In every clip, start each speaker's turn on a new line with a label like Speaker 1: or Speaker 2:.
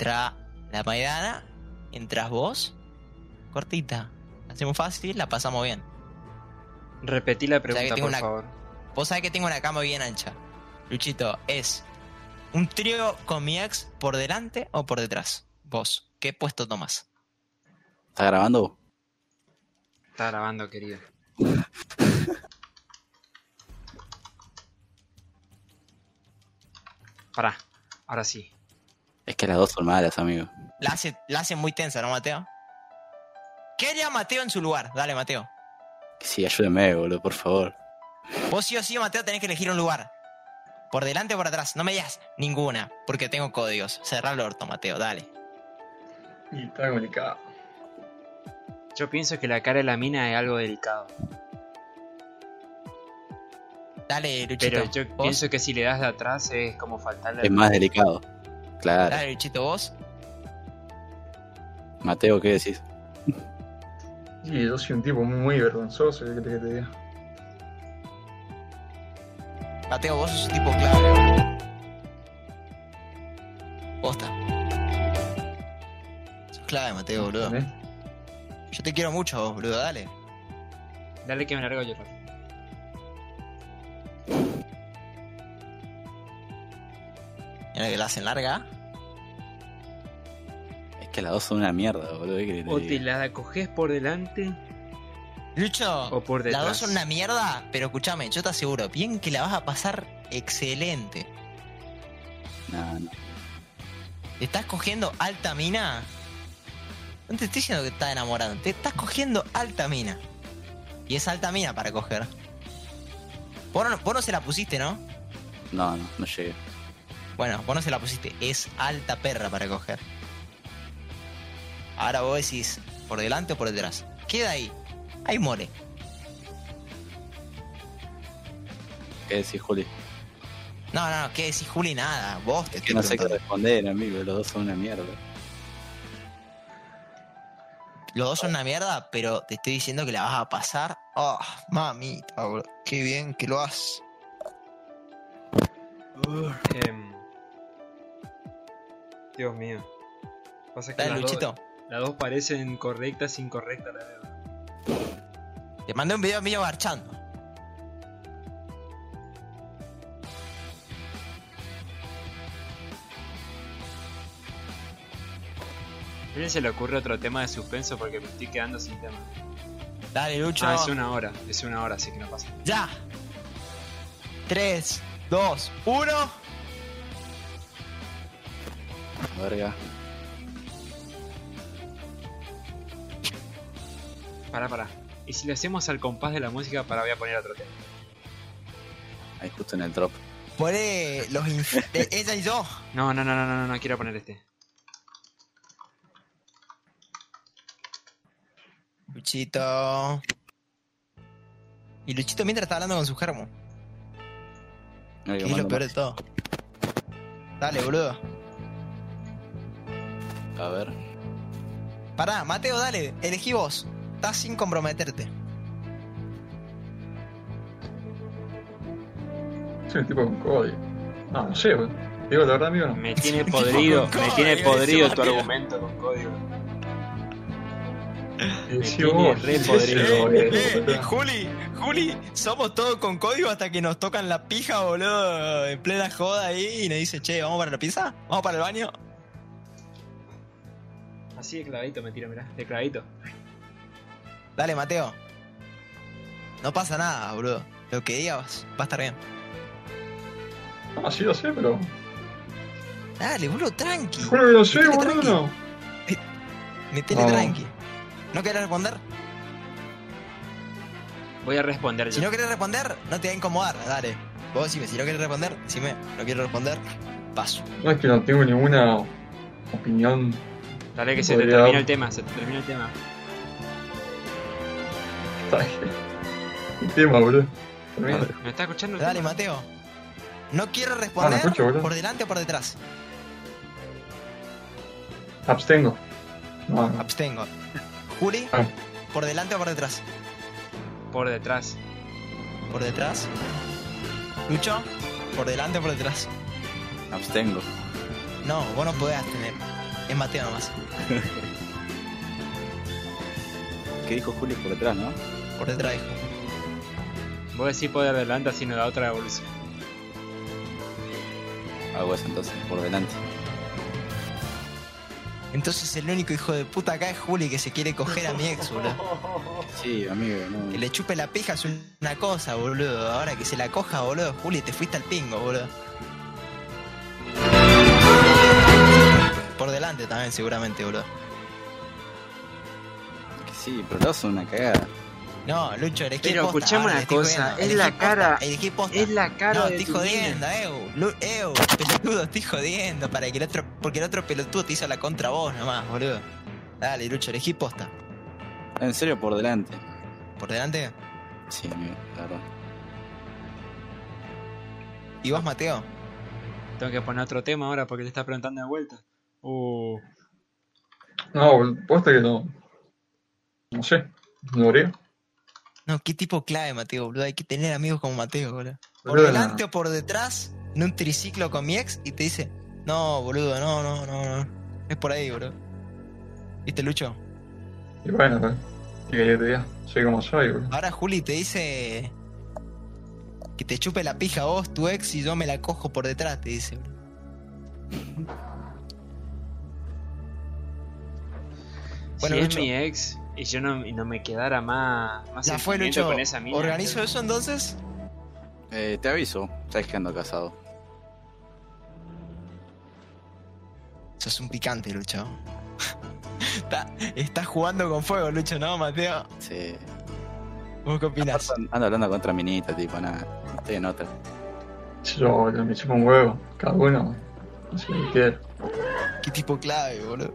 Speaker 1: Entra la Maidana, entras vos. Cortita. Hacemos fácil, la pasamos bien.
Speaker 2: Repetí la pregunta,
Speaker 1: tengo
Speaker 2: por
Speaker 1: una-
Speaker 2: favor.
Speaker 1: Vos sabés que tengo una cama bien ancha. Luchito, es un trío con mi ex por delante o por detrás. Vos, ¿qué puesto tomás?
Speaker 3: ¿Está grabando?
Speaker 2: Está grabando, querido. Pará, ahora sí.
Speaker 3: Es que las dos son malas, amigo.
Speaker 1: La hace, la hace muy tensa, ¿no, Mateo? ¿Qué haría Mateo en su lugar? Dale, Mateo.
Speaker 3: Sí, ayúdeme, boludo, por favor.
Speaker 1: Vos sí o sí, Mateo, tenés que elegir un lugar. Por delante o por atrás. No me digas ninguna, porque tengo códigos. Cerrar el orto, Mateo, dale.
Speaker 4: Y está complicado.
Speaker 2: Yo pienso que la cara de la mina es algo delicado.
Speaker 1: Dale, Luchito.
Speaker 2: Pero yo
Speaker 1: ¿Vos?
Speaker 2: pienso que si le das de atrás es como faltarle.
Speaker 3: Es más delicado. Claro.
Speaker 1: Dale, Luchito, vos.
Speaker 3: Mateo, ¿qué decís?
Speaker 4: Y yo soy un tipo muy vergonzoso, ¿qué querés que te diga?
Speaker 1: Mateo, vos sos un tipo clave. Posta. Sos clave, Mateo, boludo.
Speaker 4: ¿Entendés?
Speaker 1: Yo te quiero mucho, vos, boludo, dale.
Speaker 2: Dale que me largo a llorar.
Speaker 1: Mira que la hacen larga.
Speaker 3: Es que las dos son una mierda, boludo. ¿Qué querés que te
Speaker 2: O te
Speaker 3: diga?
Speaker 2: la coges por delante
Speaker 1: Lucho,
Speaker 2: o por detrás.
Speaker 1: las dos son una mierda, pero escúchame, yo te aseguro, bien que la vas a pasar excelente.
Speaker 3: No, no.
Speaker 1: Te estás cogiendo alta mina. No te estoy diciendo que estás enamorado, te estás cogiendo alta mina. Y es alta mina para coger. Vos no, vos no se la pusiste, ¿no?
Speaker 3: No, no, no llegué.
Speaker 1: Bueno, vos no se la pusiste, es alta perra para coger. Ahora vos decís, ¿por delante o por detrás? Queda ahí, ahí mole.
Speaker 3: ¿Qué decís, Juli?
Speaker 1: No, no, no, ¿qué decís, Juli? Nada, vos te
Speaker 3: Que
Speaker 1: estoy
Speaker 3: no sé qué
Speaker 1: preguntando.
Speaker 3: responder, amigo. Los dos son una mierda.
Speaker 1: Los dos son una mierda, pero te estoy diciendo que la vas a pasar. Oh, mamita, bro. Qué bien que lo haces.
Speaker 2: Em, Dios mío. Pasa que
Speaker 1: Dale,
Speaker 2: las,
Speaker 1: Luchito.
Speaker 2: dos, las dos parecen correctas, incorrectas. La verdad.
Speaker 1: Te mandé un video mío garchando.
Speaker 2: ¿A alguien se le ocurre otro tema de suspenso porque me estoy quedando sin tema?
Speaker 1: Dale, Lucho.
Speaker 2: Ah, es una hora, es una hora, así que no pasa.
Speaker 1: Ya. 3, 2, 1.
Speaker 3: Verga.
Speaker 2: Pará, pará. Y si lo hacemos al compás de la música, para voy a poner otro tema.
Speaker 3: Ahí justo en el drop.
Speaker 1: Poné los inf- de- Ella y yo.
Speaker 2: No, no, no, no, no, no, no quiero poner este.
Speaker 1: Luchito. Y Luchito mientras está hablando con su germo.
Speaker 3: No,
Speaker 1: Que
Speaker 3: digo,
Speaker 1: es lo
Speaker 3: mando
Speaker 1: peor de todo. Dale, boludo.
Speaker 3: más. A ver.
Speaker 1: Pará, Mateo, dale. Elegí vos. Estás sin comprometerte.
Speaker 4: Soy un tipo con código. No, no sé, weón. Digo, la verdad, amigo, no.
Speaker 2: Me tiene podrido,
Speaker 1: Con
Speaker 2: me tiene
Speaker 1: código,
Speaker 2: podrido
Speaker 1: ese
Speaker 2: tu
Speaker 1: Mateo.
Speaker 2: argumento con código.
Speaker 4: Me
Speaker 2: tiene re podrido,
Speaker 1: Eh, Juli, Juli, somos todos con código hasta que nos tocan la pija, boludo. En plena joda ahí y nos dice, che, ¿vamos para la pizza? ¿Vamos para el baño?
Speaker 2: Así de clavadito me tiro, mirá, de clavadito.
Speaker 1: Dale, Mateo. No pasa nada, boludo. Lo que digas va a estar bien.
Speaker 4: Ah, sí, lo sé, pero.
Speaker 1: Dale, boludo, tranqui.
Speaker 4: Juro que lo sé,
Speaker 1: Metele
Speaker 4: boludo,
Speaker 1: tranqui.
Speaker 4: no.
Speaker 1: Metele
Speaker 4: No.
Speaker 1: tranqui. ¿No querés responder?
Speaker 2: Voy a responder
Speaker 1: Si
Speaker 2: yo.
Speaker 1: no querés responder, no te va a incomodar. Dale. Vos decime, si no querés responder, decime, no quiero responder. Paso.
Speaker 4: No es que no tengo ninguna opinión.
Speaker 2: Dale que se te
Speaker 4: Podría-
Speaker 2: termina el tema, se te termina el tema.
Speaker 4: ¿Qué tema, boludo? Termina.
Speaker 2: ¿Me está escuchando?
Speaker 1: Dale, Mateo. No quiero responder
Speaker 4: Ah, escucho, boludo.
Speaker 1: por delante o por detrás.
Speaker 4: Abstengo. No, no.
Speaker 1: Abstengo. Juli,
Speaker 4: Ah.
Speaker 1: por delante o por detrás.
Speaker 2: Por detrás.
Speaker 1: Por detrás. Lucho, por delante o por detrás.
Speaker 3: Abstengo.
Speaker 1: No, vos no podés tener. Es Mateo nomás.
Speaker 3: ¿Qué dijo Julio por detrás, no?
Speaker 1: Por detrás dijo.
Speaker 2: Vos decís poder delante, sino la otra evolución.
Speaker 3: Hago eso entonces, por delante.
Speaker 1: Entonces el único hijo de puta acá es Juli que se quiere coger a mi ex, boludo.
Speaker 3: Sí, amigo, no.
Speaker 1: Que le chupe la pija es una cosa, boludo. Ahora que se la coja, boludo. Juli, te fuiste al pingo, boludo. Por delante también, seguramente, boludo.
Speaker 3: Que sí, pero no son una cagada.
Speaker 1: No, Lucho, elegí
Speaker 2: Pero
Speaker 1: posta.
Speaker 2: escuchame
Speaker 1: Ahora,
Speaker 2: una
Speaker 1: elegí
Speaker 2: cosa,
Speaker 1: jodiendo,
Speaker 2: es
Speaker 1: elegí
Speaker 2: la
Speaker 1: posta,
Speaker 2: cara-
Speaker 1: Elegí posta.
Speaker 2: Es la cara
Speaker 1: no,
Speaker 2: de
Speaker 1: estoy
Speaker 2: tu
Speaker 1: jodiendo,
Speaker 2: mina.
Speaker 1: Ew. Lu- Ew, pelotudo, estoy jodiendo. Para que el otro, porque el otro pelotudo te hizo la contra vos nomás, boludo. Dale, Lucho, elegí posta.
Speaker 3: En serio, por delante.
Speaker 1: Por delante.
Speaker 3: Sí, amigo, la verdad.
Speaker 1: ¿Y vos, Mateo?
Speaker 2: Tengo que poner otro tema ahora porque te está preguntando de vuelta. Uh,
Speaker 4: No, posta que no. No sé. No haría.
Speaker 1: No, qué tipo clave, Mateo, boludo. Hay que tener amigos como Mateo, boludo. Por
Speaker 4: Boludo,
Speaker 1: delante o por detrás, en un triciclo con mi ex, y te dice, no, boludo, no, no, no, no. Es por ahí, boludo. ¿Viste, Lucho?
Speaker 4: Y bueno, ¿qué quería que te diga? Soy como soy, boludo.
Speaker 1: Ahora Juli te dice que te chupe la pija vos, tu ex, y yo me la cojo por detrás, te dice, boludo. Bueno,
Speaker 2: si
Speaker 1: Lucho.
Speaker 2: es mi ex y yo no, y no me quedara más, más
Speaker 1: Ya fue,
Speaker 2: sentimiento
Speaker 1: Lucho.
Speaker 2: con esa mina.
Speaker 1: ¿Organizo eso entonces?
Speaker 3: Eh, te aviso, sabes que ando casado.
Speaker 1: Sos un picante, Lucho. Está- Estás jugando con fuego, Lucho, ¿no, Mateo?
Speaker 3: Sí.
Speaker 1: ¿Vos qué opinás?
Speaker 3: Aparte, Ando hablando contra minita, tipo, nada. Estoy en otra.
Speaker 4: Yo boludo, me chupo un huevo. Cada uno. No sé lo que quiera.
Speaker 1: Qué tipo clave, boludo.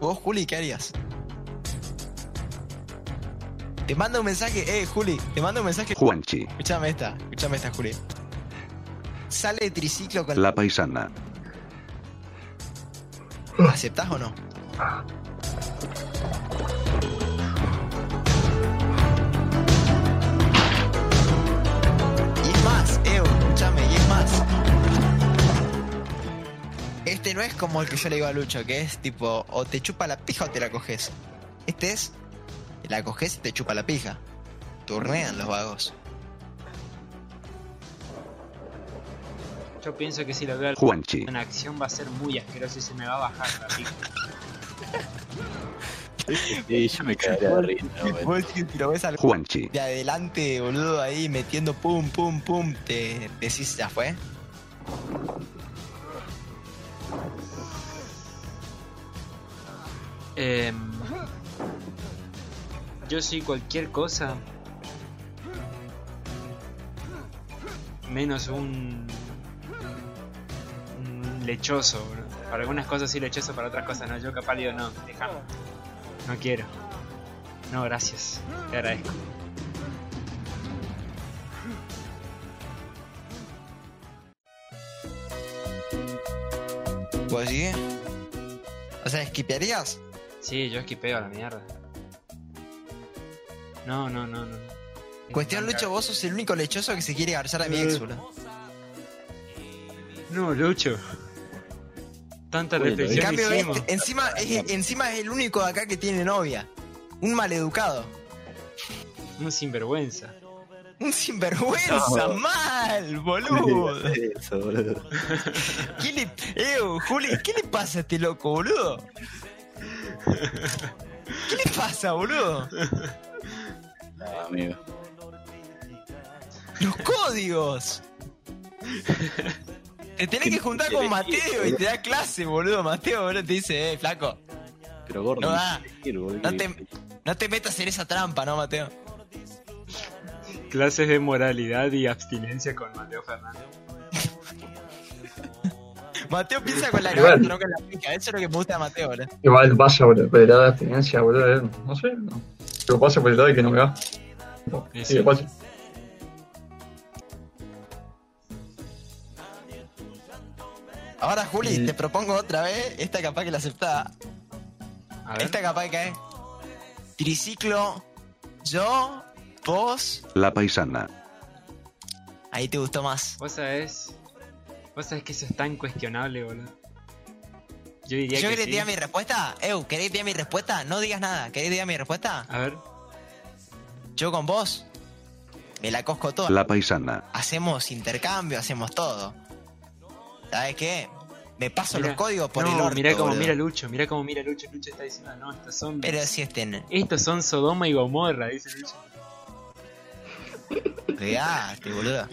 Speaker 1: Vos, Juli, ¿qué harías? Te mando un mensaje, eh, Juli, te mando un mensaje.
Speaker 5: Juanchi,
Speaker 1: Escuchame esta, escuchame esta, Juli. Sale de triciclo con
Speaker 5: la paisana.
Speaker 1: ¿Aceptás o no? Y es más, Evo, escúchame, y es más. Este no es como el que yo le digo a Lucho, que es tipo, o te chupa la pija o te la coges. Este es, te la coges y te chupa la pija. Turnean los vagos.
Speaker 2: Yo pienso que si lo veo
Speaker 5: Juanchi,
Speaker 2: en acción va a ser muy asqueroso y se me va a bajar la pija.
Speaker 3: Y yo me quedaría de risa, güey.
Speaker 1: Vos si lo ves al
Speaker 5: Juanchi,
Speaker 1: de adelante, boludo, ahí metiendo pum, pum, pum, te decís, ya fue.
Speaker 2: Em, yo soy cualquier cosa. Menos un. un lechoso, bro. Para algunas cosas sí lechoso, para otras cosas no. Yo capaz digo, no, déjame. No quiero. No, gracias. Te agradezco.
Speaker 1: ¿Vos Pues sí? O sea, ¿esquipearías?
Speaker 2: Sí, yo esquipeo a la mierda. No, no, no, no.
Speaker 1: Cuestión Lucho, vos sos el único lechoso que se quiere agarrar a mi
Speaker 3: Eh,
Speaker 1: ex, boludo.
Speaker 2: No, Lucho. Tanta
Speaker 3: Uy, lo
Speaker 1: En
Speaker 3: Sí,
Speaker 2: reflexión
Speaker 1: cambio,
Speaker 2: hicimos.
Speaker 1: este- encima, es, encima es el único de acá que tiene novia. Un maleducado.
Speaker 2: Un sinvergüenza.
Speaker 1: Un sinvergüenza,
Speaker 3: No.
Speaker 1: mal, boludo.
Speaker 3: Eso, boludo.
Speaker 1: ¿Qué le... Ew, Juli, ¿qué le pasa a este loco, boludo? ¿Qué le pasa, boludo?
Speaker 3: No, amigo.
Speaker 1: Los códigos. Te tenés que juntar con Mateo y te da clase, boludo. Mateo, boludo, te dice, eh, flaco,
Speaker 3: Pero gordo.
Speaker 1: No
Speaker 3: me
Speaker 1: va.
Speaker 3: quiero ir, boludo.
Speaker 1: No te- no te metas en esa trampa, ¿no, Mateo?
Speaker 2: Clases de moralidad y abstinencia con Mateo Fernández.
Speaker 1: Mateo piensa con la
Speaker 4: Igual.
Speaker 1: cabeza, no con la pica. Eso es lo que me gusta de Mateo, boludo.
Speaker 4: Igual pasa por por el lado de abstinencia, boludo. eh, No sé. No. Pero pasa por el lado de que no me va.
Speaker 2: Sí,
Speaker 4: Sí,
Speaker 2: sí.
Speaker 4: pasa.
Speaker 1: Ahora, Juli,
Speaker 2: Eh.
Speaker 4: Sí.
Speaker 1: te propongo otra vez. Esta capaz que la aceptá.
Speaker 2: A ver.
Speaker 1: Esta capaz que cae. Triciclo, yo, vos.
Speaker 5: la paisana.
Speaker 1: Ahí te gustó más.
Speaker 2: Vos sabés. Vos sabés que eso es tan cuestionable, boludo. Yo diría
Speaker 1: ¿Yo
Speaker 2: que
Speaker 1: quería
Speaker 2: sí.
Speaker 1: tirar mi respuesta? Eu, ¿queréis tirar mi respuesta? No digas nada. ¿Queréis tirar mi respuesta?
Speaker 2: A ver.
Speaker 1: Yo con vos me la cosco toda.
Speaker 5: La paisana.
Speaker 1: Hacemos intercambio, hacemos todo. ¿Sabes qué? Me paso
Speaker 2: Mirá.
Speaker 1: los códigos por
Speaker 2: no,
Speaker 1: el orto,
Speaker 2: mirá cómo
Speaker 1: boludo.
Speaker 2: mira Lucho, mirá cómo mira Lucho. Lucho está diciendo, no, estos son,
Speaker 1: Pero si este estén...
Speaker 2: estos son Sodoma y Gomorra, dice Lucho.
Speaker 1: Pegaste, boludo.